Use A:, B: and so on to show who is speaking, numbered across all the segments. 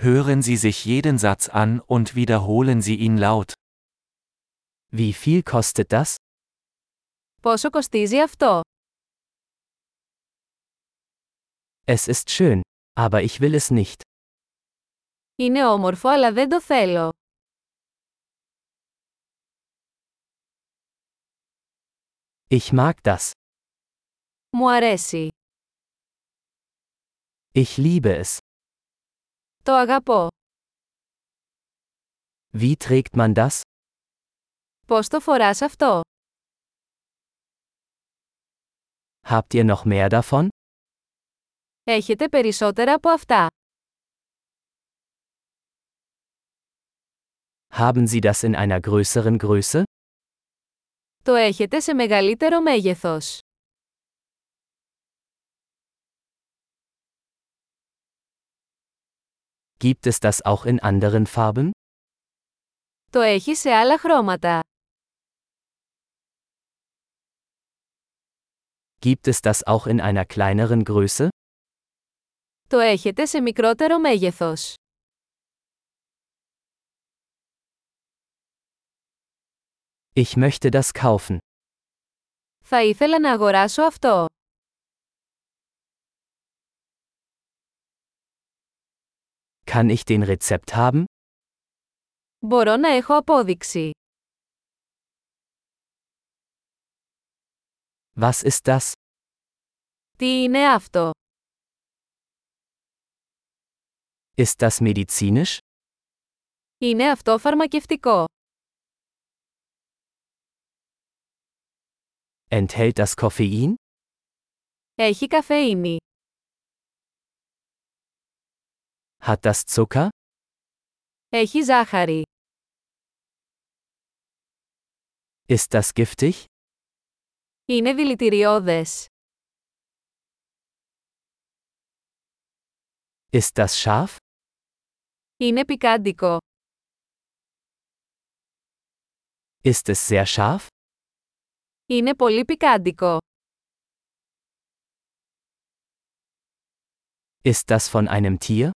A: Hören Sie sich jeden Satz an und wiederholen Sie ihn laut. Wie viel kostet das?
B: Πόσο κοστίζει αυτό?
A: Es ist schön, aber ich will es nicht.
B: Είναι όμορφο αλλά δεν το θέλω.
A: Ich mag das.
B: Μου αρέσει.
A: Ich liebe es.
B: Το αγαπώ.
A: Wie trägt man das?
B: Πώς το φοράς αυτό?
A: Habt ihr noch mehr davon?
B: Έχετε περισσότερα από αυτά.
A: Haben Sie das in einer größeren Größe?
B: Το έχετε σε μεγαλύτερο μέγεθος.
A: Gibt es das auch in anderen Farben?
B: Το έχει σε άλλα χρώματα.
A: Gibt es das auch in einer kleineren Größe?
B: Το έχετε σε μικρότερο μέγεθος.
A: Ich möchte das kaufen.
B: Θα ήθελα να αγοράσω αυτό.
A: Kann ich den Rezept haben?
B: Μπορώ να έχω απόδειξη.
A: Was ist das?
B: Τι είναι αυτό?
A: Ist das medizinisch?
B: Είναι αυτό φαρμακευτικό.
A: Enthält das Koffein?
B: Έχει καφεΐνη.
A: Hat das Zucker?
B: Έχει ζάχαρη.
A: Ist das giftig?
B: Είναι δηλητηριώδες.
A: Ist das scharf?
B: Είναι πικάντικο.
A: Ist es sehr scharf?
B: Είναι πολύ πικάντικο.
A: Ist das von einem Tier?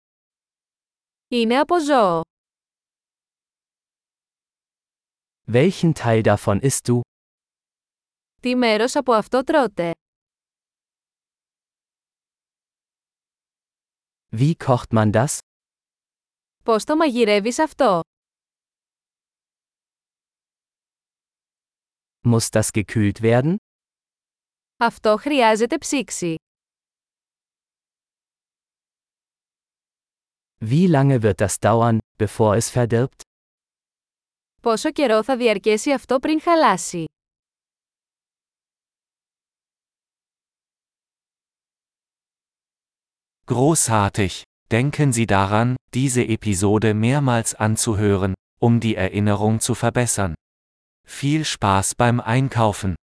B: Είναι από ζώο.
A: Welchen Teil davon isst du?
B: Τι μέρος από αυτό τρώτε.
A: Wie kocht man das?
B: Πώς το μαγειρεύεις αυτό.
A: Muss das gekühlt werden?
B: Αυτό χρειάζεται ψήξη.
A: Wie lange wird das dauern, bevor es verdirbt?
B: Πόσο καιρό θα διαρκέσει αυτό πριν χαλάσει.
C: Großartig! Denken Sie daran, diese Episode mehrmals anzuhören, um die Erinnerung zu verbessern. Viel Spaß beim Einkaufen!